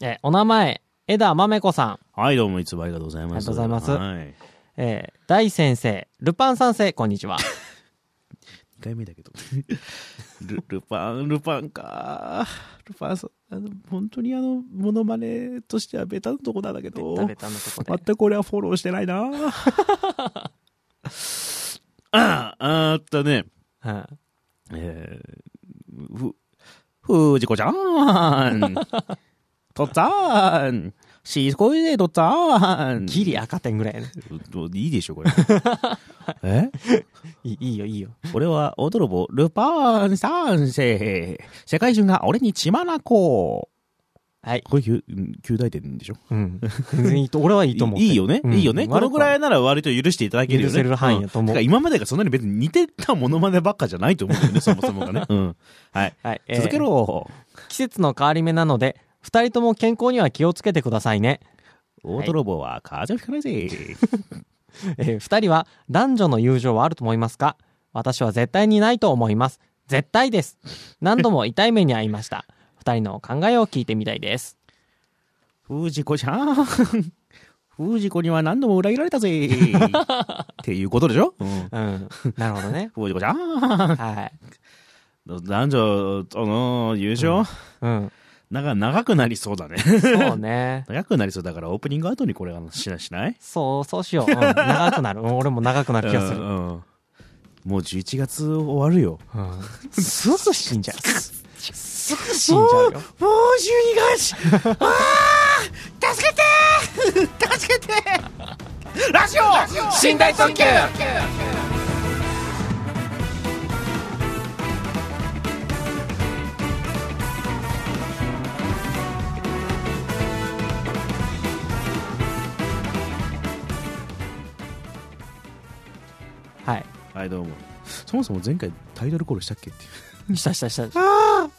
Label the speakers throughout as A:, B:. A: えーお名前、枝豆子さん。
B: はい、どうも、いつもありがとうございます。
A: ありがとうございます
B: はい。
A: えー大先生、ルパン三世、こんに ちは。
B: 2回目だけど。 ル、ルパン、ルパンか。ルパンさん、あの、本当にあの、モノマネとしてはベタなとこなんだけど。
A: 食べたのとこで。
B: 全く俺はフォローしてないなああ、あったね。
A: うん
B: えー、ふ、ふじこちゃん。とっつぁん。しつこいぜ、とっつぁん。
A: ギリ赤点ぐらいやね。
B: どいいでしょ、これ。え
A: いいいいよ、いいよ。
B: 俺は大泥棒、ルパン三世。世界中が俺に血まなこう。
A: はい
B: これ、旧旧大点でしょ
A: うん。全然いいと、俺はいいと思う。
B: いいよね、
A: うん
B: いいよね。
A: 悪く
B: こ
A: は
B: のぐらいなら割と許していただけるよね。
A: 許せる範囲やと思うん
B: てか今までがそんなに別に似てたモノマネばっかじゃないと思うけどね、そもそもが ね。うん。はい。
A: はい。えー
B: 続けろ。
A: 季節の変わり目なので、二人とも健康には気をつけてくださいね。
B: 大泥棒は風邪をひかないぜ。
A: えー二人は男女の友情はあると思いますか私は絶対にないと思います。絶対です。何度も痛い目に遭いました。 二人の考えを聞いてみたいです。
B: 藤子ちゃん。藤子には何度も裏切られ たぜ。っていうことでしょ、うん、。
A: うん。なるほどね
B: 藤子ちゃん。
A: はい。
B: 男女との優勝、
A: うん。
B: なんか長くなりそうだ ね。
A: そうね。
B: 長くなりそうだからオープニング後にこれはしなしない
A: そう、そうしよう。 うん、長くなる。うん俺も長くなる気がす
B: う
A: る。
B: んうんもう11月終わるよ。
A: うん、すぐ死んじゃう。すぐ 死んじゃうよ。
B: もう12月 ああ助けて助けてラジオ寝台特急
A: はい。
B: はいどうもそもそも前回タイトルコールしたっけっていう
A: したしたした。
B: あー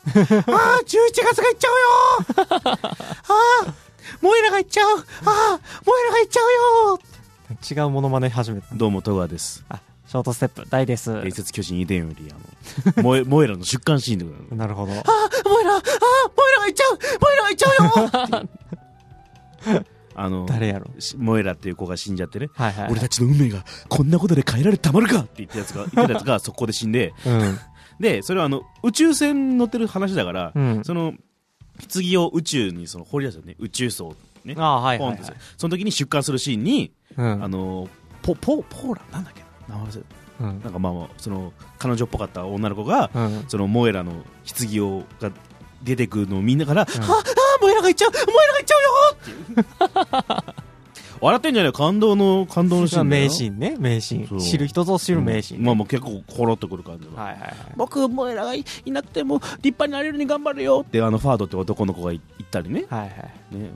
B: あー11月がいっちゃうよ ああモエラがいっちゃうああモエラがいっちゃうよ
A: 違うものまね始めた。
B: どうも戸川です
A: あ、ショートステップ、大です。
B: 伝説巨人2点よりあのモエモエラの出刊シーンでございます
A: なるほど。
B: あモエラあモエラがいっちゃうモエラがいっちゃうよ あの
A: 誰やろ
B: しモエラっていう子が死んじゃってね、
A: はいはい。
B: 俺たちの運命がこんなことで変えられてたまるかって言ったやつが言ってたやつが 速攻で死んで
A: うん。
B: でそれはあの宇宙船に乗ってる話だから、
A: うん
B: その棺を宇宙にその放り出すよね宇宙層ね
A: ああ、はい
B: ポ
A: は
B: ン
A: い、
B: っ
A: は
B: て
A: い。
B: その時に出艦するシーンに、
A: うん
B: あのポポポーラなんだっけな名前忘れた
A: うん
B: なんかまあまあその彼女っぽかった女の子が、
A: うん
B: そのモエラの棺をが出てくるのをみんなから、ああモエラがいっちゃうモエラがいっちゃうよっていう笑ってんじゃない感動の感動のシーンだよ
A: 名シーンね、名シー
B: そう
A: ン。知る人ぞ知る名シーン。
B: まあもう結構コロっとくる感じの、
A: はいはいはい。
B: 僕モエラがいいなくても立派になれるように頑張るよってあのファードって男の子がい言ったりね
A: はいはい。
B: ね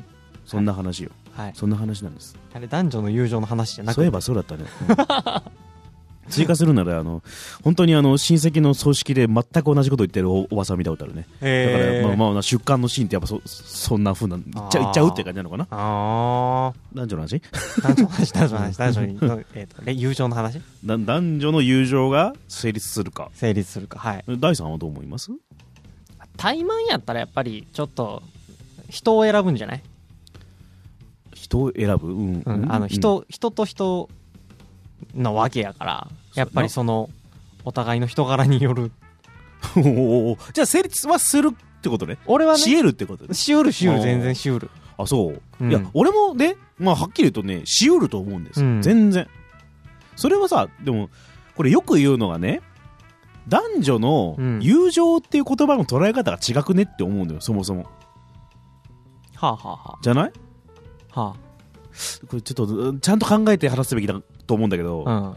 B: そんな話よ、
A: はい。
B: そんな話なんです
A: あれ、男女の友情の話じゃな
B: そういえ
A: く
B: ばそうだったね、うん 追加するならあの本当にあの親戚の葬式で全く同じこと言ってるおおばさん見たことあるねだから、
A: え
B: まあまあまあ出棺のシーンってやっぱそそんなふうなんいっちゃう
A: あー
B: いっちゃうって感じなのかな
A: あ
B: 男女の話
A: ー。男女の話、男女の話、男女の、えっと、れ友情の話
B: だ男女の友情が成立するか
A: 成立するか。はい。
B: 第三はどう思います
A: 怠慢やったらやっぱり、ちょっと、人を選ぶんじゃない
B: 人を選ぶ、うん
A: うんあの人、人と人のわけやから、やっぱりその、お互いの人柄による。
B: うん おーじゃあ成立はするってことね
A: 俺は
B: し
A: ね、
B: えるってことね
A: しうるしうる、全然しうる。
B: あそう、
A: うん
B: いや俺もね、まあ、はっきり言うとねしうると思うんですよ、
A: うん
B: 全然それはさでもこれよく言うのがね男女
A: う
B: の
A: ん
B: 友情っていう言葉の捉え方が違くねって思うんだよそもそも
A: はあはあは
B: じゃない
A: あ。は
B: これちょっとうんちゃんと考えて話すべきだと思うんだけど、
A: あ。うん。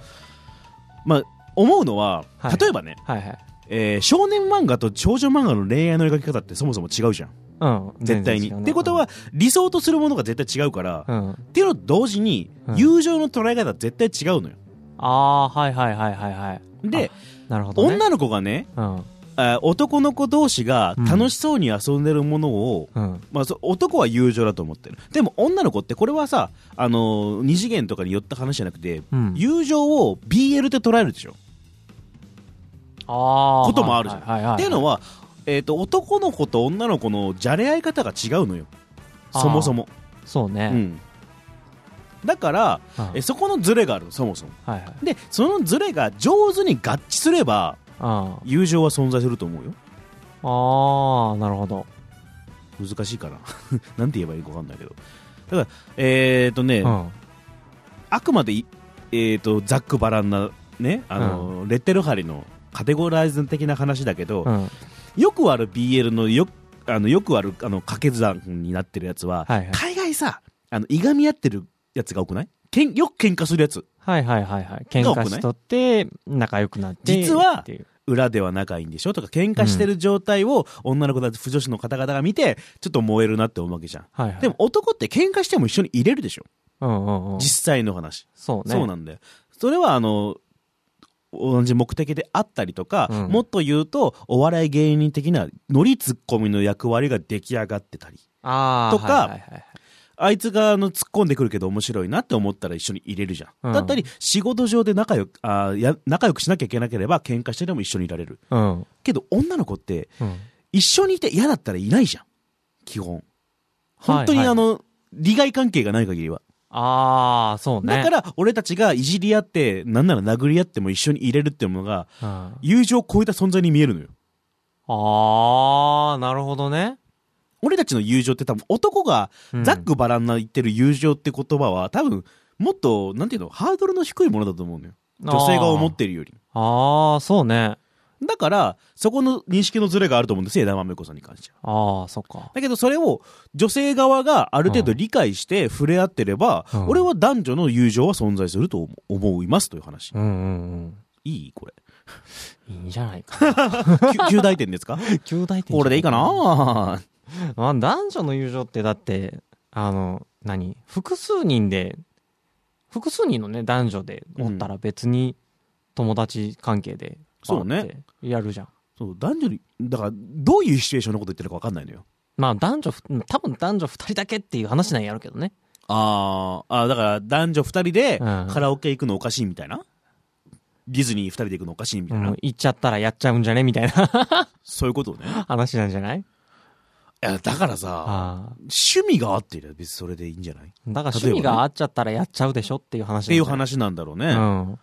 B: まあ思うのは、
A: はい
B: 例えばね、
A: はいはい。
B: えー少年漫画と少女漫画の恋愛の描き方ってそもそも違うじゃん
A: うん。
B: 絶対に。
A: 全然違うね
B: ってことは、、理想とするものが絶対違うから、
A: うん。うん
B: っていうのと同時に、
A: うん
B: 友情の捉え方絶対違うのよ。
A: ああ、はいはいはいはいはい。
B: で、
A: なるほど、ね。
B: 女の子がね、
A: うん。
B: あー男の子同士が楽しそうに遊んでるものを、
A: うん。
B: まあ、そ男は友情だと思ってるでも女の子ってこれはさ、あのー二次元とかによった話じゃなくて、
A: うん。
B: 友情を BL で捉えるでしょ、
A: ああ。
B: こともあるじゃん
A: はいはいはは
B: っていうのは、えー、と男の子と女の子のじゃれ合い方が違うのよ
A: あー
B: そもそも、
A: そうね、
B: うん、だから
A: うん
B: えそこのズレがあるそもそも
A: はいはい
B: でそのズレが上手に合致すれば
A: あ
B: 友情は存在すると思うよ
A: あーなるほど、
B: 難しいかな なんて言えばいいか分かんないけどだからえっ、とね、
A: うん
B: あくまでい、えー、とざっくばらんな、ねあのレッテル張りのカテゴライズ的な話だけど、
A: うん、
B: よくある BL のよあのよくあるあの掛け算になってるやつは、
A: はいはい
B: 大概さあのいがみ合ってるやつが多くないけんよく喧嘩するやつ
A: はいはいはいはい喧嘩しとって仲良くなって
B: 実は
A: っていう
B: 裏では仲いいんでしょとか喧嘩してる状態を女の子たち、腐女子の方々が見てちょっと燃えるなって思うわけじゃん、
A: はいはい
B: でも男って喧嘩しても一緒に入れるでしょ
A: うんうんうん
B: 実際の話
A: そうね
B: そうなんだよ。それはあの同じ目的であったりとか、
A: うん
B: もっと言うとお笑い芸人的なノリツッコミの役割が出来上がってたり
A: あー
B: とか
A: はいはいはいはい
B: あいつがあの突っ込んでくるけど面白いなって思ったら一緒に入れるじゃん、
A: うん
B: だったり仕事上で仲良くあーや仲良くしなきゃいけなければ喧嘩してでも一緒にいられる
A: うん
B: けど女の子って
A: うん
B: 一緒にいて嫌だったらいないじゃん基本本当に
A: はいは
B: あ
A: い
B: の、利害関係がない限りは
A: ああそうね
B: だから俺たちがいじり合ってなんなら殴り合っても一緒に入れるっていうものが
A: うん
B: 友情を超えた存在に見えるのよ
A: ああなるほどね
B: 俺たちの友情って多分男が
A: うん
B: ざっくばらんな言ってる友情って言葉は多分もっとなんていうのハードルの低いものだと思うのよ女性が思ってるより
A: ああそうね
B: だからそこの認識のズレがあると思うんですよ枝豆子さんに関しては
A: ああそっか
B: だけどそれを女性側がある程度理解して触れ合ってれば、
A: うん
B: 俺は男女の友情は存在すると思思いますという話、
A: うんうん
B: いいこれ
A: うんいいんじゃないか
B: 旧大点ですか
A: 兄弟
B: これでいいかな
A: まあ、男女の友情ってだってあの何複数人で複数人のね男女でおったら別に友達関係で
B: そうね
A: バーってやるじゃん
B: そう男女にだからどういうシチュエーションのこと言ってるか分かんないのよ
A: まあ男女ふ多分男女2人だけっていう話なんやろうけどね
B: あーあーだから男女2人で
A: うん
B: カラオケ行くのおかしいみたいな、ディズニー2人で行くのおかしいみたいな、
A: うん行っちゃったらやっちゃうんじゃねみたいな
B: そういうことね
A: 話なんじゃない
B: いやだからさ
A: ああ
B: 趣味が合ってる別にそれでいいんじゃないっ
A: だから
B: 例えばね
A: 趣味が合っちゃったらやっちゃうでしょっていう話
B: ていう
A: なんじ
B: 話なんだろうね、
A: ゃないうん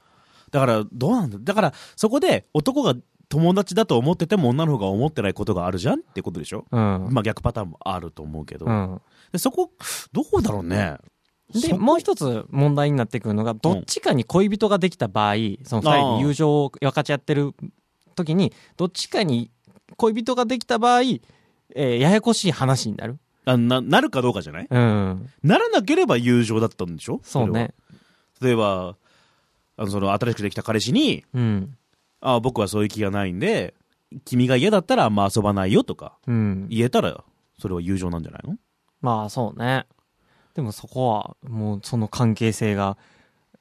B: だからどうなんだだからそこで男が友達だと思ってても女の方が思ってないことがあるじゃんってことでしょ、
A: うん、
B: まあ逆パターンもあると思うけど、
A: うん
B: でそこどうだろうね
A: で
B: そ
A: もう一つ問題になってくるのがどっちかに恋人ができた場合、その2人で友情を分かち合ってる時にどっちかに恋人ができた場合、えーややこしい話になる
B: あななるかどうかじゃない
A: うん
B: ならなければ友情だったんでしょ
A: そうね
B: れは例えばあのその新しくできた彼氏に
A: うん
B: 「あ僕はそういう気がないんで君が嫌だったらあんま遊ばないよ」とか
A: うん
B: 言えたらそれは友情なんじゃないの
A: まあそうねでもそこはもうその関係性が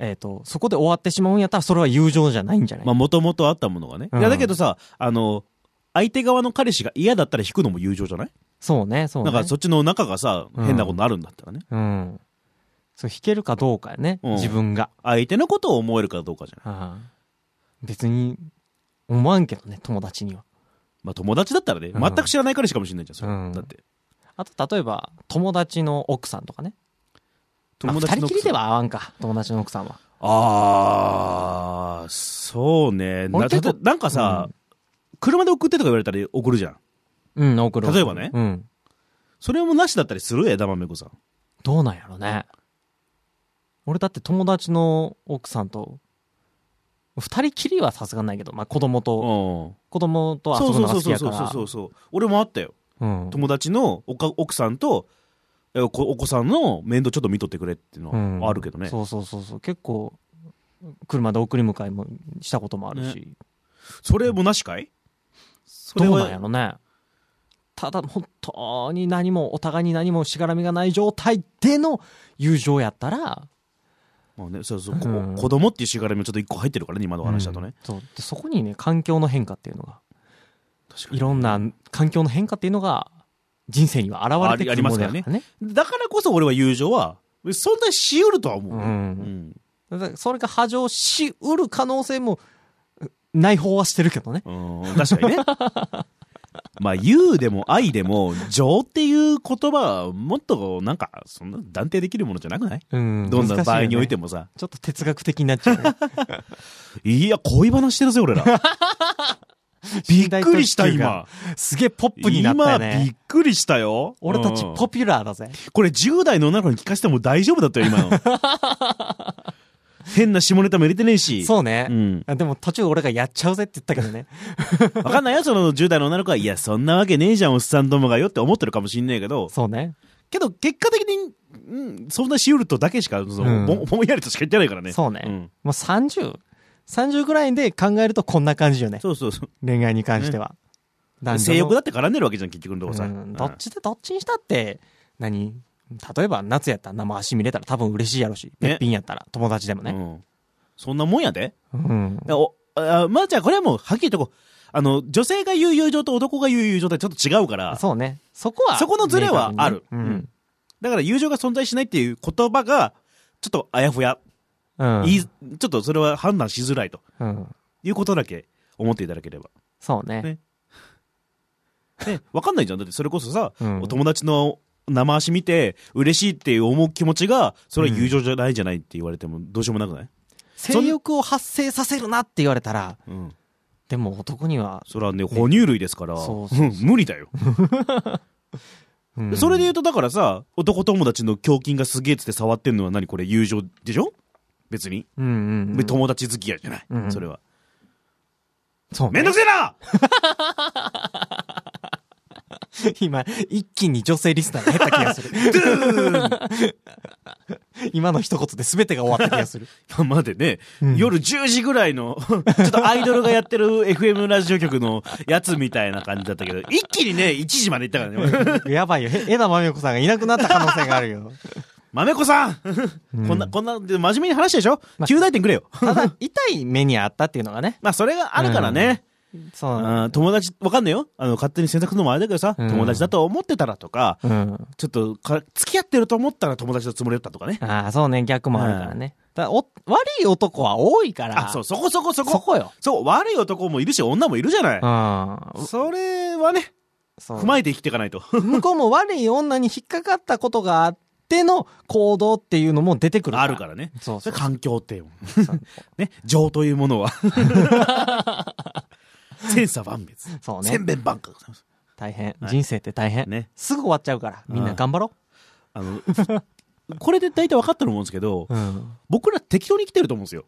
A: えっ、とそこで終わってしまうんやったらそれは友情じゃないんじゃない、
B: まあもともとあったものがね、
A: うん
B: いやだけどさあの相手側の彼氏が嫌だったら引くのも友情じゃない、
A: そうねそうね
B: なんかそっちの仲がさ
A: うん
B: 変なことになるんだったらね、
A: うんそう弾けるかどうかやね、
B: うん
A: 自分が
B: 相手のことを思えるかどうかじゃない、
A: ああ別に思わんけどね友達には
B: まあ、友達だったらね、
A: うん
B: 全く知らない彼氏かもしれないじゃんそれ、
A: うん
B: だって
A: あと例えば友達の奥さんとかね友達2
B: の
A: 人きりでは会わんか友達の奥さんは
B: あー、そうね。
A: 俺
B: な
A: 結構
B: たとなんかさ、車で送ってとか言われたら送るじゃん。
A: うん送る
B: 例えばね
A: うん
B: それもなしだったりする枝豆子さん。
A: どうなんやろね俺だって友達の奥さんと2人きりはさすがにないけど、まあ、子供
B: う
A: と
B: ん。
A: 子供と
B: そ
A: 遊
B: う
A: ぶのが
B: そう
A: 好
B: そう
A: き
B: そう
A: や
B: そ
A: か
B: う
A: ら
B: そうそう。俺もあったよ。
A: うん
B: 友達のおか奥さんと、えお子お子さんの面倒ちょっと見とってくれっていうのはあるけどね。
A: そうそうそうそう結構車で送り迎えもしたこともあるし、
B: それもなしかいそれ
A: どう
B: は
A: なんやろねただ本当に何もお互いに何もしがらみがない状態での友情やったら
B: まあね、そうそう、こ
A: うん
B: 子供っていうしがらみもちょっと一個入ってるからね、今の話だとね。
A: そうでそこにね環境の変化っていうのが
B: 確か
A: いろんな環境の変化っていうのが人生には現れてくるものだから
B: あり
A: ね
B: に。だからこそ俺は友情は、存在しうるとは思う。
A: うん
B: うん
A: だからそれが波状しうる可能性もうない方はしてるけどね
B: うん、確かにね。 まあ、言うでも愛でも、情っていう言葉は、もっと、なんか、そんな断定できるものじゃなくない
A: うん。
B: どんな場合において
A: も。
B: もさ。
A: ちょっと哲学的になっちゃうね。
B: いや、恋話してるぜ、俺ら。 びっくりした、
A: 身体特急が
B: 今。。
A: すげえポップになったよ
B: 今、び
A: ね
B: っ。くりしたよ。
A: 俺たち
B: うん
A: ポピュラーだぜ。
B: これ10代の女の子に聞かせても大丈夫だったよ、今の。変な下ネタも入れてねえし。
A: そうね
B: う。ん。
A: あでも途中俺がやっちゃうぜって言ったけ どね。
B: わかんないよ、その10代の女の子は。いや、そんなわけねえじゃん、おっさんどもがよって思ってるかもしんねえけど。
A: そうね。
B: けど、結果的に、うん、そんなしうるとだけしか、その
A: うん
B: ぼん、ぼんやりとしか言ってないからね。
A: そうね
B: ん
A: もう 30?30 ぐらいで考えるとこんな感じよね。
B: そうそうそう。
A: 恋愛に関しては。男女の
B: 性欲だって絡んでるわけじゃん、結局のとこさ。
A: うんどっちでどっちにしたって、何例えば夏やったら生足見れたら多分嬉しいやろし、
B: ね
A: べっぴんやったら友達でも
B: うん
A: ね。
B: うんそんなもんやで。
A: うん。
B: お、あまあ、じゃあこれはもう、はっきり言っとこう。あの、女性が言う友情と男が言う友情とはちょっと違うから。
A: そうね。そこは。
B: そこのズレはある
A: 明確にね
B: だから友情が存在しないっていう言葉が、ちょっとあやふや、
A: うん。うん
B: 言いちょっとそれは判断しづらいと
A: うん。
B: いうことだけ思っていただければ。
A: そうね。
B: ねね、わかんないじゃん。だってそれこそさ、
A: うん
B: お友達の生足見て、嬉しいって思う気持ちが、それは友情じゃないじゃないって言われても、どうしようもなくない
A: 性欲を発生させるなって言われたら、
B: うん。
A: でも男には、
B: それはね、哺乳類ですから、
A: そうそうそう
B: うん無理だよ。
A: うん
B: それで言うと、だからさ、男友達の胸筋がすげえっつって触ってんのは何これ友情でしょ別に。
A: うんうんうん。
B: 友達付き合いじゃない。
A: うん
B: それは。
A: そう
B: め
A: ね
B: んどくせえな
A: 今、一気に女性リスナーが減った気がする。
B: ドゥーン
A: 今の一言で全てが終わった気が する。
B: 今までね、
A: うん
B: 夜10時ぐらいの、 ちょっとアイドルがやってる FM ラジオ局のやつみたいな感じだったけど、一気にね、1時まで行ったからね 俺。
A: やばいよ。え枝まみこさんがいなくなった可能性がある よ。
B: 豆子さん、こんな、こんな、で真面目に話したでしょ ?9 大点くれよ。
A: ただ、痛い目にあったっていうのがね。
B: まあ、それがあるからね。
A: そう。
B: うん友達、わかんないよ。あの、勝手に選択するのもあれだけどさ、
A: うん
B: 友達だと思ってたらとか、
A: うん。
B: ちょっとか、付き合ってると思ったら友達のつもりだったとかね。
A: ああ、そうね、逆もあるからね。ただお悪い男は多いから。
B: あ、そう、そこそこそ
A: そ
B: こ。
A: こよ。
B: そう、悪い男もいるし、女もいるじゃない。
A: うん。
B: それはね、
A: そう
B: 踏まえて生きていかないと。
A: 向こうも悪い女に引っかかったことがあっての行動っていうのも出てくる
B: あるからね。
A: そう
B: そ
A: そう
B: れ環境ってよ。
A: そう。
B: ね、情というものは。 千差万別。
A: そうね
B: 千。弁万化でございます。
A: 大変。人生って大変。
B: ね。
A: すぐ終わっちゃうから。みん
B: う
A: なん頑張ろ
B: あの、これで大体分かったと思うんですけど、
A: う。うん。
B: 僕ら適当に生きてると思うんですよ。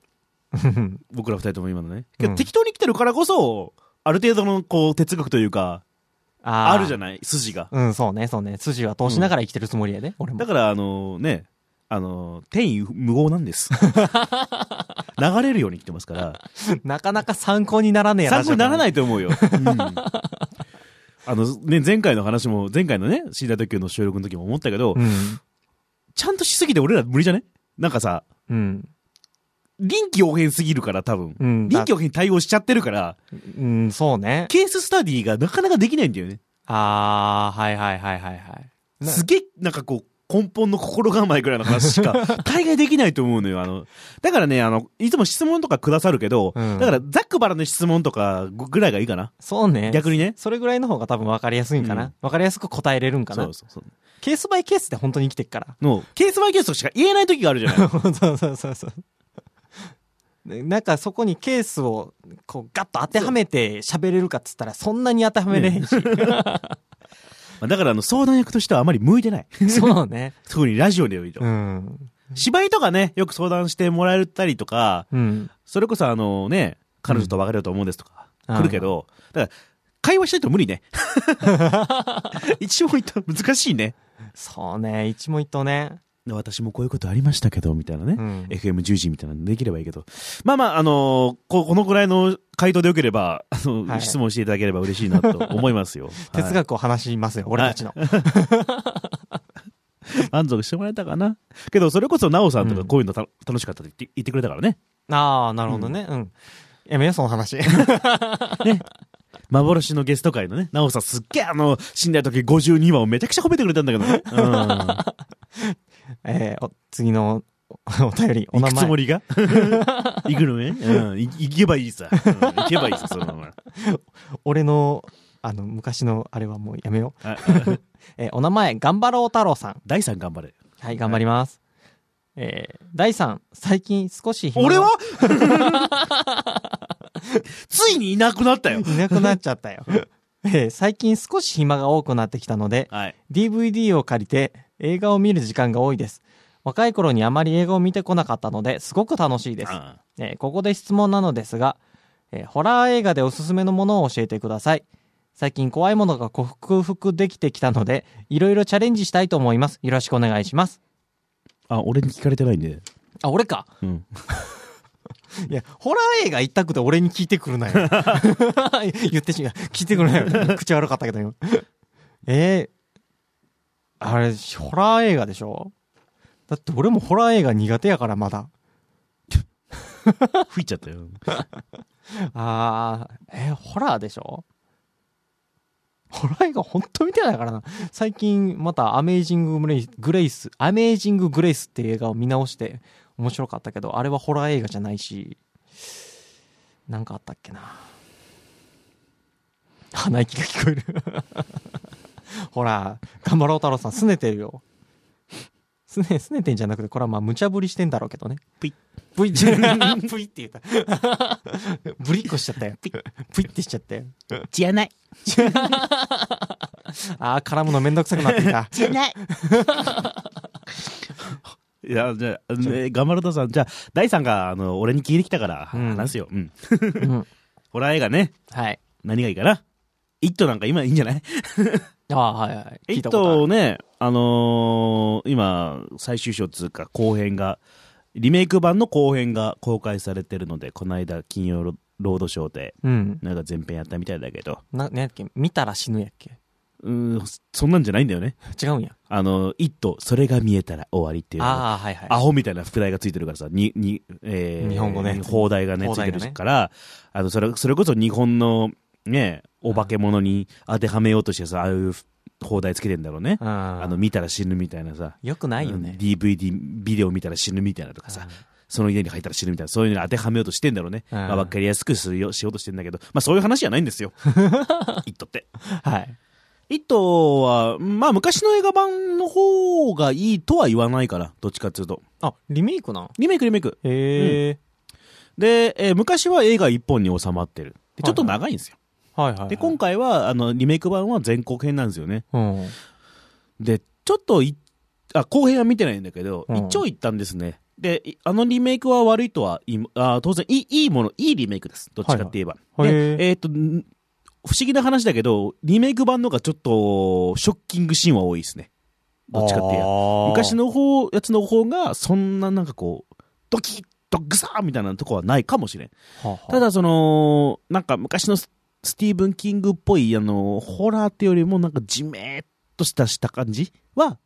B: 僕ら二人とも今のね。けど
A: うん
B: 適当に生きてるからこそ、ある程度のこう哲学というか、
A: あ
B: あるじゃ
A: ん。
B: ない筋が。
A: うん、そうね、そうね。筋は通しながら生きてるつもりやで、俺も
B: だ。からあのね、あの、天意無謀な んです。流れるように生きてますから。
A: なかなか参考にならねえ。
B: 参考にならないいと思うよ。 あの、ね、前回の話も、前回のね、死んだ時の収録の時も思ったけど、
A: うん。
B: ちゃんとしすぎて俺ら無理じゃねなんかさ、
A: うん。
B: 臨機応変すぎるから多分。
A: うん
B: 臨機応変に対応しちゃってるから、
A: うん、そうね。
B: ケーススタディがなかなかできないんだよね。
A: あー、はいはいはいはいはい。
B: すげえ、なんかこう、根本の心構えぐらいの話 しか、大概できないと思うのよ。あの、だからね、あの、いつも質問とかくださるけど、
A: うん
B: だから、ザックバラの質問とかぐらいがいいかな。
A: そうね。
B: 逆にね。
A: それぐらいの方が多分分かりやすいんか
B: う。
A: なん分かりやすく答えれるんか
B: そ
A: な
B: う。そうそう。
A: ケースバイケースで本当に生きてっから。
B: の、ケースバイケースとしか言えない時があるじゃ ない。
A: そうそうそうそう。 でなんかそこにケースをこうガッと当てはめて喋れるかっつったらそんなに当てはめれへんし。
B: まあだからあの相談役としてはあまり向いてない。
A: そうね。
B: 特にラジオで言うと。
A: うん。
B: 芝居とかね、よく相談してもらえたりとか、
A: うん。
B: それこそあのね、彼女と別れると思うんですとか、
A: うん
B: 来るけど、だから、会話しないと無理 ね。一問一答難しいね。
A: そうね。一問一答ね。
B: 私もこういうことありましたけど、みたいなね。
A: うん
B: FM10 時みたいなのできればいいけど。まあまあ、あのーこ、このぐらいの回答でよければ、あの、
A: はい
B: 質問していただければ嬉しいなと思 いますよ。
A: 哲学を話しますよ、俺たちの。
B: 満足してもらえたかな。けど、それこそ、なおさんと
A: う
B: か
A: ん
B: こういうのた楽しかったって言って言ってくれたからね。
A: ああ、なるほどね。うん。やめよ、その話。
B: 幻のゲスト会のね、なおさんすっげえあの、死んだ時52話をめちゃくちゃ褒めてくれたんだけど ね。う
A: えーお次のおお便り、お
B: ん。行
A: 名
B: くつも
A: 前。
B: りが行くのね。うん。い行けばいいさ。うん行けばいいさ、そのまま。
A: 俺のあの、昔のあれはもうやめよう。
B: あ
A: えーお名前、頑張ろう太郎さん。
B: 第3頑張れ。
A: はい、頑張ります。えー、第3、最近少し暇な
B: 俺はついにいなくなったよ。
A: いなくなっちゃったよ。えー最近少し暇が多くなってきたので、
B: はい。
A: DVD を借りて映画を見る時間が多いです。若い頃にあまり映画を見てこなかったので、すごく楽しいです。
B: あ
A: えーここで質問なのですが、えーホラー映画でおすすめのものを教えてください。最近怖いものが克服できてきたので、いろいろチャレンジしたいと思います。よろしくお願いします。
B: あ、俺に聞かれてないんで。
A: あ、俺か。
B: うん。
A: いや、ホラー映画一択で俺に聞いてくるなよ。 言ってしまう。聞いてくるなよ。 口悪かったけど今。えー、あれ、ホラー映画でしょだって俺もホラー映画苦手やからまだ。
B: 吹いちゃったよ。
A: あー、えーホラーでしょホラー映画ほんと見てないからな。最近またアメージンググレイグレイス、アメージンググレイスっていう映画を見直して面白かったけど、あれはホラー映画じゃないし、なんかあったっけな。鼻息が聞こえる。 ほら、頑張ろう太郎さん、拗ねてるよ。すね、拗ねてんじゃなくて、これはまあ無茶ぶりしてんだろうけどね。
B: ぷい。
A: ぷいって ぷいって言った。ぶりっこしちゃったよ。ぷいってしちゃったよ。
B: じゃない。
A: ああ、絡むのめんどくさくなってきた。
B: じゃない。 いや、じゃあ、ね、頑張るとさん、じゃあ、第3が、あの、俺に聞いてきたから、
A: うん
B: 話すよ。うん。
A: うん
B: ホラー映画ね。
A: はい。
B: 何がいいかな。イットなんか今いいんじゃない
A: ああ、はいはい。
B: え
A: 聞い
B: った
A: ことあ
B: と
A: る
B: ね、あのー今、最終章つうか後編が、リメイク版の後編が公開されてるので、この間、金曜ロロードショーで、
A: うん。
B: なんか前編やったみたいだけど、
A: な、なんやっけ見たら死ぬやっけ
B: うーん、そんなんじゃないんだよね。
A: 違うんや。
B: あの、一頭、それが見えたら終わりっていう。
A: ああ、はいはい。
B: アホみたいな副題がついてるからさ、に、に、えー
A: 日本語ね
B: 放題がね、
A: 邦
B: つい
A: 題
B: て
A: がね
B: るから、あの、それ、それこそ日本の、ね、お化け物に当てはめようとしてさ、ああいう放題つけてんだろうね。
A: あ
B: あの、見たら死ぬみたいなさ。
A: よくないよね。
B: DVD、ビデオ見たら死ぬみたいなとかさ、その家に入ったら死ぬみたいな、そういうのに当てはめようとしてんだろうね。
A: うん
B: まあ、わかりやすくするよしようとしてんだけど、まあそういう話じゃないんで すよ。イットって。
A: はい。
B: イットは、まあ昔の映画版の方がいいとは言わないから、どっちかっていうと。
A: あ、リメイクなん
B: リメイクリメイク。
A: へえ、
B: で、えー昔は映画一本に収まってる。でちょっと長いんですよ。
A: はいはいはい。
B: で、今回は、あの、リメイク版は全国編なんですよね。
A: うん。
B: で、ちょっとい、あ、後編は見てないんだけど、
A: うん
B: 一応言ったんですね。で、いあのリメイクは悪いとは言い、あ当然いい、いいもの、いいリメイクです。どっちかって言えば。
A: はいはいへー
B: で、えーっと、ん不思議な話だけど、リメイク版の方がちょっと、ショッキングシーンは多いですね。どっちかって言えば。
A: ば
B: 昔。の方、やつの方が、そんななんかこう、ドキッとグサーみたいなとこはないかもしれん。
A: はあはあ
B: た、だそのなんか昔のススティーブン・キングっぽいあのホラーっていうよりもなんかじめーっとしたした感じは、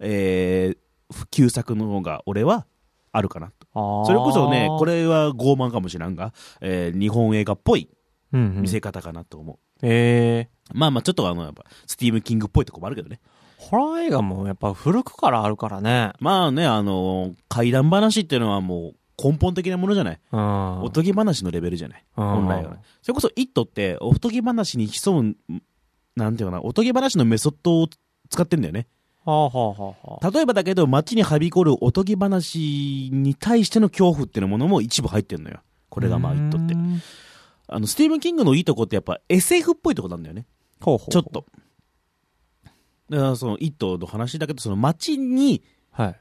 B: えー、旧作の方が俺はあるかなと
A: そ
B: それこそねこ、れは傲慢かもしらんが、えー日本映画っぽい
A: うんうん、
B: 見せ方かなと思う、
A: え
B: まあまあちょっとあのやっぱスティーブン・キングっぽいとこもあるけどね
A: ー、ホラー映画もやっぱ古くからあるからね。
B: まあねあの怪談話っていうのはもう根本的なものじゃない
A: うん。
B: おとぎ話のレベルじゃない
A: うん
B: 本来はね。それこそ、イットって、おとぎ話に潜む、なんていうかな、おとぎ話のメソッドを使ってんだよね。
A: はあはあはあはあ。
B: 例えばだけど、街にはびこるおとぎ話に対しての恐怖っていうものも一部入ってるのよ。これがまあ、イットって
A: う。ん
B: あの、スティーブン・キングのいいとこってやっぱ SF っぽいとこなんだよね。
A: ほうほう
B: ちょっ。と。だからその、イットの話だけど、その街に、
A: はい。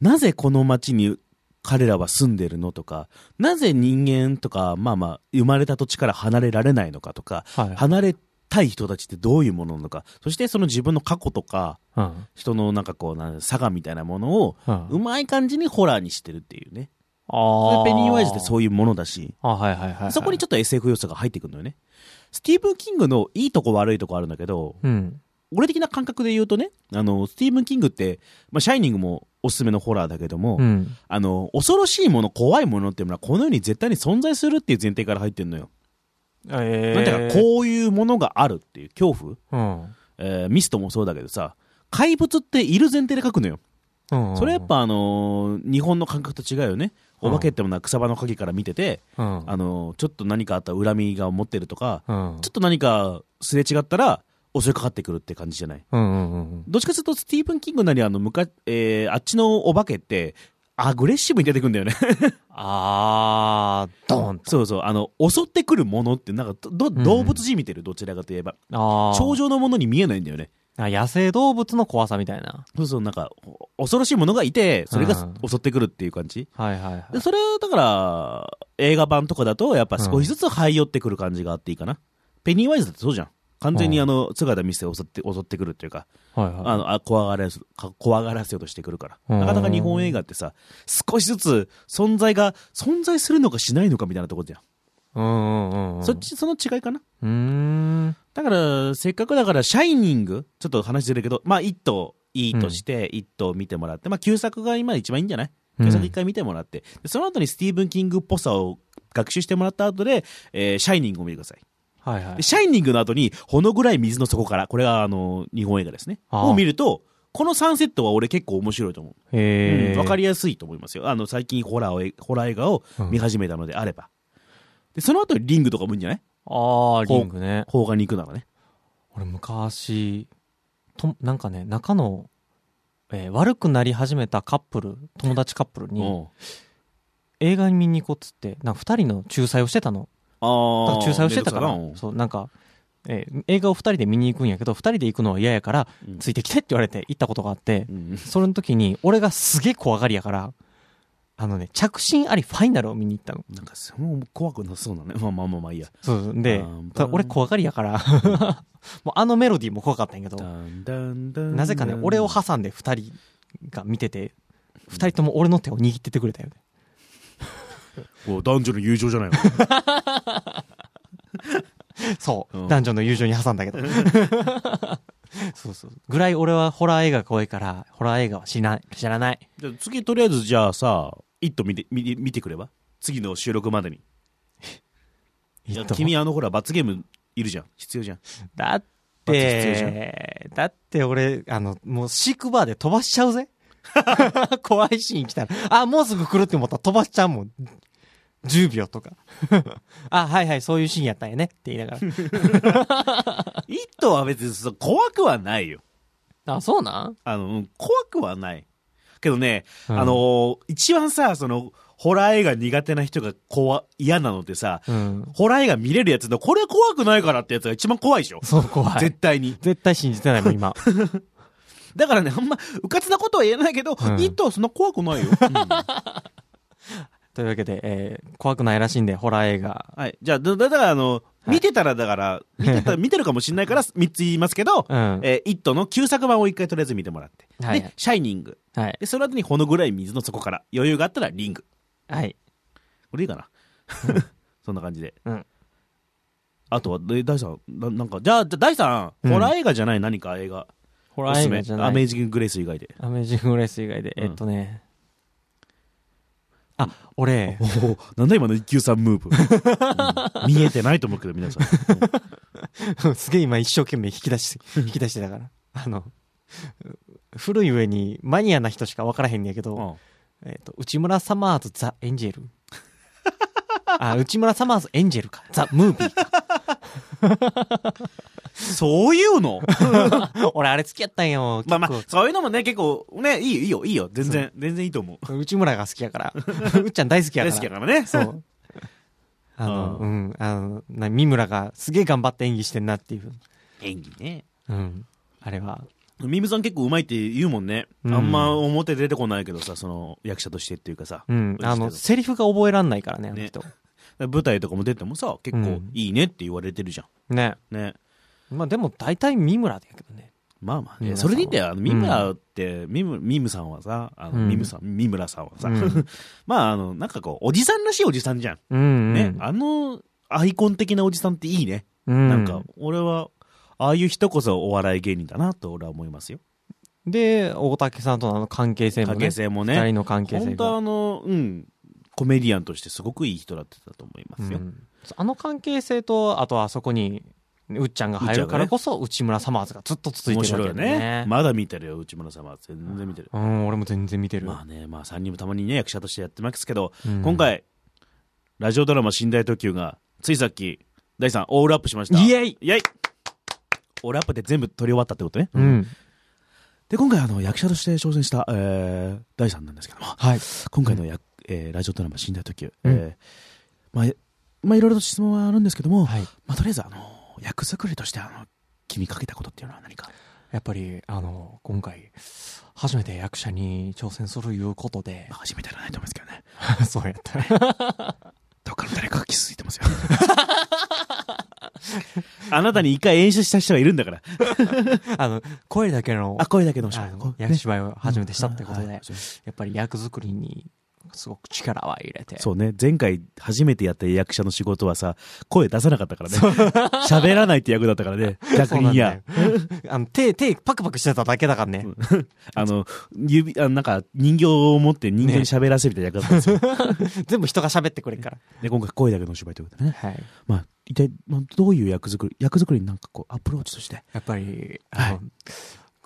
B: なぜこの街に彼らは住んでるのとか、なぜ人間とか、まあまあ、生まれた土地から離れられないのかとか、
A: はい。
B: 離れたい人たちってどういうものなのか、そしてその自分の過去とか、
A: うん。
B: 人のなんかこう、なん差がみたいなものを、
A: うん
B: うまい感じにホラーにしてるっていうね。
A: ああ。
B: ペニーワイズって
A: う。
B: そういうものだし、
A: あはいはいはいはい。
B: そこにちょっと SF 要素が入ってくるのよね。スティーブン・キングのいいとこ悪いとこあるんだけど、
A: うん。
B: 俺的な感覚で言うとね、あの、スティーブン・キングって、まあ、シャイニングもおすすめのホラーだけども、
A: うん。
B: あの、恐ろしいもの、怖いものっていうのは、この世に絶対に存在するっていう前提から入ってるのよ。
A: え
B: なんていうか、こういうものがあるっていう恐怖
A: う。うん。
B: えーミストもそうだけどさ、怪物っている前提で書くのよ。
A: うん。
B: それやっぱあのー日本の感覚と違うよね。お化けってものは草場の陰から見てて、
A: うん。
B: あのちょっと何かあったら恨みが持ってるとか、
A: うん
B: ちょっと何かすれ違ったら襲いかかってくるって感じじゃない
A: うんうんうん
B: どっちかというとスティーブン・キングなりあのむか、えーあっちのお化けってアグレッシブに出てく んだよね
A: あー、ドン。
B: そうそうあの襲ってくるものってなんかどど動物じみてるどちらかといえば
A: あー
B: 頂上のものに見えないんだよね
A: あ野生動物の怖さみたいな。
B: そうそうなんかお恐ろしいものがいてそれがす
A: う
B: 襲ってくるっていう感じ
A: はいはいはい
B: で。それをだから映画版とかだとやっぱ少しずつ這い寄ってくる感じがあっていいかな、ペニーワイズだってそうじゃん完全に
A: うん
B: あの姿見せて襲って襲ってくるっていうか
A: はいはい。
B: あのあ怖がらせか怖がらせようとしてくるか
A: う
B: ら
A: ん
B: なかなか日本映画ってさ少しずつ存在が存在するのかしないのかみたいなとこじゃん、
A: うんうんうん。
B: そっ。ちその違いかな
A: うーん。
B: だからせっかくだから「シャイニング」ちょっと話出るけどまあ「イット!」いいとして、一頭見てもらって、まあ、旧作が今一番いいんじゃない
A: うん
B: 旧作一回見てもらって、でその後にスティーブン・キングっぽさを学習してもらった後で、えーシャイニングを見てください。
A: はいはい
B: で。シャイニングの後に、ほの暗い水の底から、これが、あの、日本映画ですね。
A: あー
B: を見ると、この3セットは俺結構面白いと思う。
A: へ
B: うんわか
A: り、
B: りやすいと思いますよ。あの、最近ホラーを、ホラー映画を見始めたのであれば。で、その後にリングとかもいいんじゃない
A: あー、リングね。
B: 邦画に行くならね。
A: 俺昔となんかね中の、えー悪くなり始めたカップル友達カップルに
B: うん
A: 映画に見に行こうっつってなんか2人の仲裁をしてたのだから
B: ああ。
A: 仲裁をしてたから
B: 面倒くさ
A: そうなんか、えー映画を2人で見に行くんやけど2人で行くのは嫌やから、
B: うん
A: ついてきてって言われて行ったことがあって
B: いなうんうん
A: それの時に俺がすげえ怖がりやからあのね着信ありファイナルを見に行ったの
B: なんか、その怖くなさそうなね。まあまあまあまあいいや。
A: そうそうで
B: あー
A: ただ俺怖がりやから もうあのメロディーも怖かったんやけどな
B: な
A: ぜかね、俺を挟んで2人が見てて、2人とも俺の手を握っててくれたよね。
B: お男女の友情じ ゃないの。
A: そう、
B: うん
A: 男女の友情に挟んだ けど。そうそう。ぐらい俺はホラー映画怖いから、ホラー映画は知らない。知らない。
B: じゃあ次、とりあえず、じゃあさ、イット見て、見て見てくれば次の収録までに。いや
A: いいと思う
B: 君、あの、ほら、罰ゲームいるじゃん。必要じゃん。
A: だっ
B: 罰必要じゃ
A: て、だって俺、あの、もうシークバーで飛ばしちゃうぜ。 怖いシーン来たら、あ、もうすぐ来るって思ったら飛ばしちゃうもん。10秒とか。 あ、はいはい、そういうシーンやったんやねって言いなが
B: イットは別にそう怖くはないよ。
A: ら。あ、そうなん
B: あの、うん怖くはない。けどね、
A: うん
B: あのー一番さ、その、ホラー映画苦手な人が怖、嫌なのってさ、
A: うん。
B: ホラー映画見れるやつの、これ怖くないからってやつが一番怖いでしょ。
A: そう、怖い。
B: 絶対に。
A: 絶対信じてないもん、 今。
B: だからね、あんま、うかつなことは言えないけど、
A: ん
B: イットはそんな怖くな いよ。
A: というわけで、えー怖くないらしいんで、ホラー映画。
B: はい。じゃあ、だだから、あの、見てたら、だから、見 てた、見てるかもしれないから、3つ言いますけど、
A: うん
B: えー、イットの旧作版を一回とりあえず見てもらって。
A: はい
B: で、シャイニング。
A: はい。
B: で、その後にほのぐらい水の底から、余裕があったらリング。
A: はい。
B: これいいかな そんな感じで。
A: うん
B: あとは、で第3、ななんか、じゃあ、じゃあ第3、
A: うん
B: ホラー映画じゃない何か映画。
A: ホ
B: お
A: ラ
B: す
A: ー
B: す
A: 映
B: め
A: 画じゃ。な
B: アメー
A: い。
B: ジング・グレイス以外で。
A: アメージング・グレイス以外で、
B: うん
A: えっとね。あ、俺
B: お、お、なんだ今の一級さんムーブ、うん見えてないと思うけど、皆さん。
A: すげえ今一生懸命引き出し、引き出してたから。あの、古い上にマニアな人しか分からへんねやけど、
B: うん
A: えっ、と、内村サマーズ・ザ・エンジェル。あ、内村サマーズ・エンジェルか。ザ・ムービーか。
B: そういう の
A: 俺、あれ好きやったんよ。
B: まあまあ
A: 結構、
B: そういうのもね、結構、ね、いいよ、いいよ、いいよ。全然、全然いいと思う。
A: 内村が好きやから。 うっちゃん大好きやか
B: 大
A: ら。
B: 好きやからね。
A: そう。あの、
B: う
A: うん、あの、な三村がすげえ頑張って演技してんなっていう。
B: 演技ね。
A: うん。あれは。
B: ミムさん結構うまいって言うもんね。
A: うん
B: あんま表出てこないけどさ、その役者としてっていうかさ。
A: うん。あの、セリフが覚えらんないからね、あの人。
B: 舞台とかも出てもさ、結
A: う
B: 構
A: ん
B: いいねって言われてるじゃ
A: ね。
B: ん。ね。
A: まあでも大体三村だけどね。
B: まあまあ
A: ミ
B: ね。
A: ムさんは
B: それでいいんだよ。あのミムラって、ミム、ミムさんはさ、あの、
A: うん
B: ミムさん、ミムラさんはさ、
A: うん
B: まああの、なんかこう、おじさんらしいおじさんじゃん。
A: うん、うん。
B: ね。あの、アイコン的なおじさんっていいね。
A: うん。
B: なんか、俺は、ああいう人こそお笑い芸人だなと俺は思いますよ。
A: で、大竹さんとのあの関係性もね。
B: 関係性もね。
A: 二人の関係性
B: 本当は
A: が。
B: あの、うん、コメディアンとしてすごくいい人だってたと思います
A: う
B: よ。
A: んあの関係性と、あとあそこに、うっちゃんが入るからこそ、内村サマーズがずっと続い
B: 面
A: てるわ
B: 白い
A: け
B: よ
A: だよね
B: ね。。まだ見てるよ、内村様。全然見てる。
A: うん、俺も全然見てる。
B: まあね、まあ3人もたまにね、役者としてやってますけど、
A: うん
B: 今回、ラジオドラマ寝台特急が、ついさっき、第3、オールアップしました。
A: イエイ
B: イエイオールアップで全部撮り終わったってことね。
A: うん。
B: で、今回、あの、役者として挑戦した、えー、第3なんですけども、
A: はい。
B: 今回のや、えーラジオドラマ寝台特急、
A: うん
B: えーまあ、えまあ、いろいろと質問はあるんですけども、
A: はい。
B: まあ、とりあえず、あの、役作りとして、あの、君かけたことっていうのは何か
A: やっぱり、あの、今回、初めて役者に挑戦するいうことで
B: まあ、、初めてじゃないと思うんですけどね。
A: そうやった。
B: どっかの誰かが気づい てますよ。あなたに一回演出した人がいるんだから。
A: あの、声だけの、
B: あ、声だけの人。
A: あ
B: こ
A: の
B: う
A: 役
B: ね
A: 芝居を初めてしたってこと
B: うんは
A: で
B: い、そ
A: やっぱり役作りに、すごく力は入れて。
B: うね、前回初めてやった役者の仕事はさ、声出さなかったからね。喋らないって役だったからね。逆にいや、
A: そうなんだよ。あの、手、手パクパクしてただけだからね。
B: あの、指、あのなんか人形を持って人形に喋らせるみたいな役だった んですよ。
A: 全部人が喋ってくれるから。
B: で、今回声だけのお芝居ということでね。
A: はい。
B: まあ、一体、まあ、どういう役作り、役作りになんかこう、アプローチとして。
A: やっぱり、
B: はい
A: あの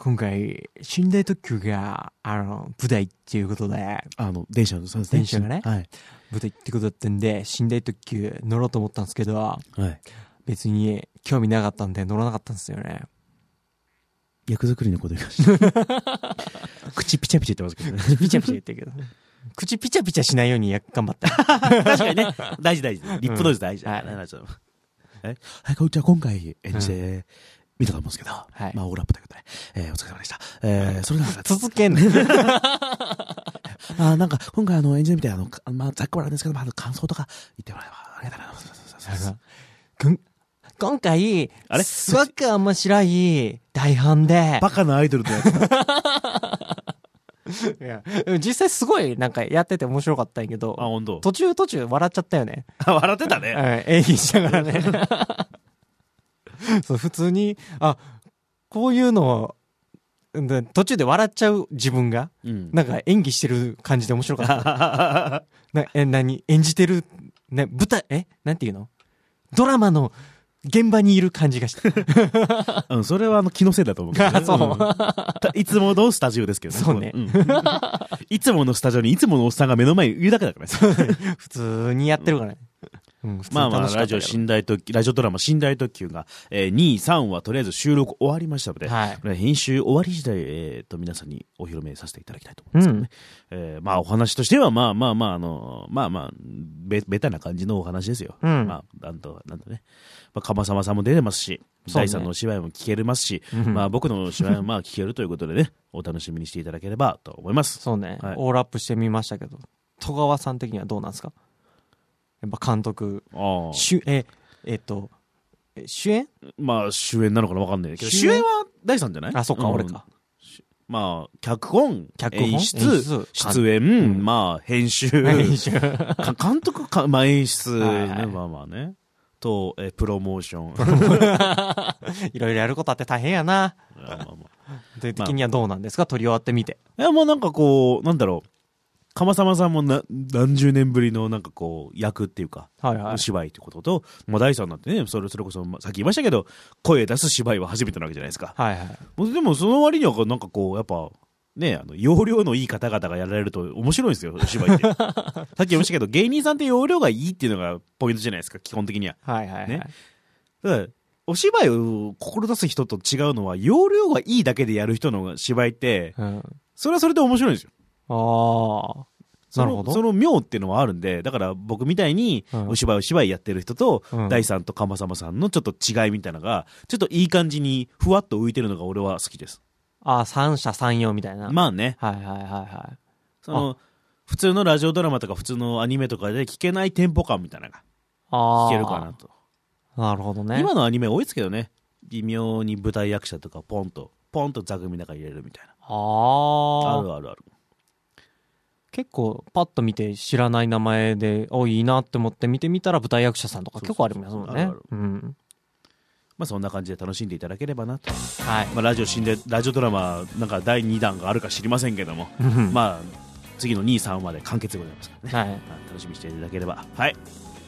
A: 今回、寝台特急が、あの、舞台っていうことで、
B: あの、電車の、そうですね
A: 電車がね
B: はい。
A: 舞台ってことだったんで、寝台特急乗ろうと思ったんですけど、
B: はい。
A: 別に興味なかったんで乗らなかったんですよね。
B: 役作りのこと言いました。 口ピチャピチャ言ってますけどね。
A: ピチャピチャ言ってるけど。 口ピチャピチャしないようにや頑張った。
B: 確かにね。大事大事。リップノイズ大事。
A: うんはい
B: はい。えはい、こんにちは。今回演じて見たと思うんですけど、
A: はい
B: まあ、オールアップということで、えーお疲れ様でした。えー、それでは、
A: 続けんの。
B: あーなんか、今回あの、演じてみて、あの、かまあ、ざっくばらんですけど、まあ、あの感想とか言ってもらえば、ありがとうござ います。
A: くん今回、
B: あれ
A: すごく面白い台本で、
B: バカなアイドルのやつだ。
A: いや実際すごいなんかやってて面白かったんやけ
B: あ、
A: ど、
B: 本当。
A: 途中途中笑っちゃったよね。
B: あ 笑ってた
A: う
B: ね。
A: ん、演技しながらね。 そう、普通に、あ、こういうのを、で途中で笑っちゃう自分が、
B: うん。
A: なんか演技してる感じで面白かった。
B: あ
A: な、え、何演じてる、ね、舞台、えなんていうのドラマの現場にいる感じがした。
B: うん、それはあの気のせいだと思うけ どね、
A: あ そう
B: たいつものスタジオですけどね。
A: そうね
B: ん いつものスタジオにいつものおっさんが目の前にいるだけだからね。
A: 普通にやってるからね。うん、普通に
B: まあ
A: 楽しか
B: まあ、
A: った
B: ラジオ
A: けど
B: 寝台特急、ラジオドラマ寝台特急が、えー、2位、3はとりあえず収録終わりましたので、
A: はい
B: これ編集終わり次第、えー、と、皆さんにお披露目させていただきたいと思いますけどね。えーまあ、お話としては、まあまあまあ、あの、まあまあ、べ、ベタな感じのお話ですよ。
A: うん
B: まあ、なんと、なんだね。まあ、かまさまさんも出てますし、
A: そう
B: 第
A: ね
B: 3のお芝居も聞けれますし、
A: うん
B: まあ、僕のお芝居もまあ聞けるということでね、お楽しみにしていただければと思います。
A: そうね、
B: はい
A: オールアップしてみましたけど、戸川さん的にはどうなんですかやっぱ監督、
B: ああ。
A: 主、え、えっと、え主演
B: まあ、主演なのかなわかんないけど、
A: 主
B: 主
A: 演
B: 演は第3じゃない
A: あ、そっか、
B: ん
A: 俺か。
B: まあ、脚本、
A: 脚本
B: 演出、
A: 演出
B: 出演、
A: ん
B: まあ、編集、
A: 編集
B: か 監督か、まあ、演出、
A: はいはい
B: ねまあまあね。と、えープロモーション。
A: いろいろやることあって大変やな。
B: まあまあまあ
A: という的にはどうなんですか、撮り終わってみて。
B: いや、もうなんかこう、なんだろう。かまさまさんもな何十年ぶりのなんかこう役っていうか、
A: はいはい
B: お芝居ってことと、まあ、第三なんてねそれそれこそまあさっき言いましたけど声出す芝居は初めてなわけじゃないですか
A: はいはい。
B: もうでもその割にはなんかこうやっぱねあの容量のいい方々がやられると面白いんですよお芝居って さっき言いましたけど芸人さんって容量がいいっていうのがポイントじゃないですか基本的には
A: はいはい、はい
B: ねだからお芝居を志す人と違うのは容量がいいだけでやる人の芝居って
A: うん。あ
B: それはそれで面白いんですよ
A: あー。
B: その
A: なるほど
B: その妙っていうのはあるんでだから僕みたいに
A: うん
B: お芝居お芝居やってる人と、
A: うん
B: 第三と鎌様さんのちょっと違いみたいなのがちょっといい感じにふわっと浮いてるのが俺は好きです
A: ああ、三者三様みたいな。
B: まあね
A: はいはいはいはい。
B: その普通のラジオドラマとか普通のアニメとかで聞けないテンポ感みたいなのが
A: ああ。
B: 聞けるかなと、
A: な。るほどね。
B: 今のアニメ多いですけどね微妙に舞台役者とかポンとポンと座組の中に入れるみたいな
A: あ
B: あ
A: あ
B: るあるある
A: 結構パッと見て知らない名前で、おいいなって思って見てみたら舞台役者さんとか結構ありますもん
B: そうそうそう
A: ね
B: あるある。
A: うん。
B: まあそんな感じで楽しんでいただければなと、
A: はい。
B: まあ、ラジオ死んでラジオドラマなんか第2弾があるか知りませんけどもまあ次の2、3まで完結でございますからね、
A: はい。
B: まあ楽しみにしていただければはい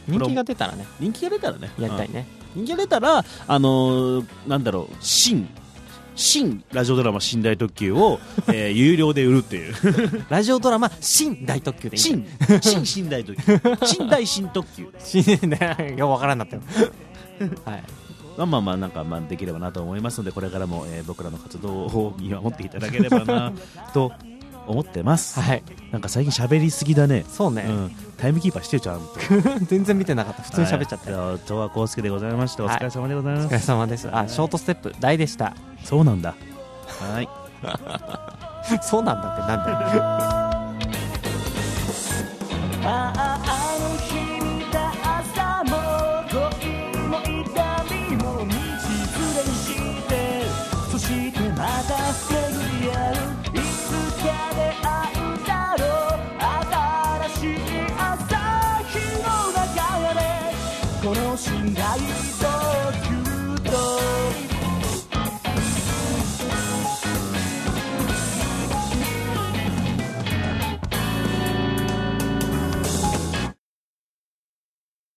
A: 人気が出たらね、
B: 人気が出たらね
A: やりたい
B: うん
A: ね。
B: 人気が出たらあのーなんだろう新新ラジオドラマ「寝台特急 を」えー有料で売るっていう
A: ラジオドラマ、新大特急でいいん
B: 新新寝台特急 新大新特急
A: 新、新ね、よくわからんなってる。はい。
B: まあまあまあなんかまあできればなと思いますのでこれからも、えー僕らの活動を見守っていただけれ ばなと思ってます、
A: はい。
B: なんか最近喋りすぎだね
A: そう
B: う
A: ね。
B: ん、タイムキーパーしてよちゃんと
A: 全然見てなかった。普通に喋っちゃったよ。
B: はいとはこうすけでございましたお疲れ様でござい
A: お
B: ます、
A: 疲れ様です。あ、ショートステップ、大でした。
B: そうなんだはい
A: そうなんだってなんだよ。
C: あああの日見た朝も恋も痛みも道連れにしてそしてまた巡り合ういつか出会うだろう新しい朝日の中でこの信頼と急と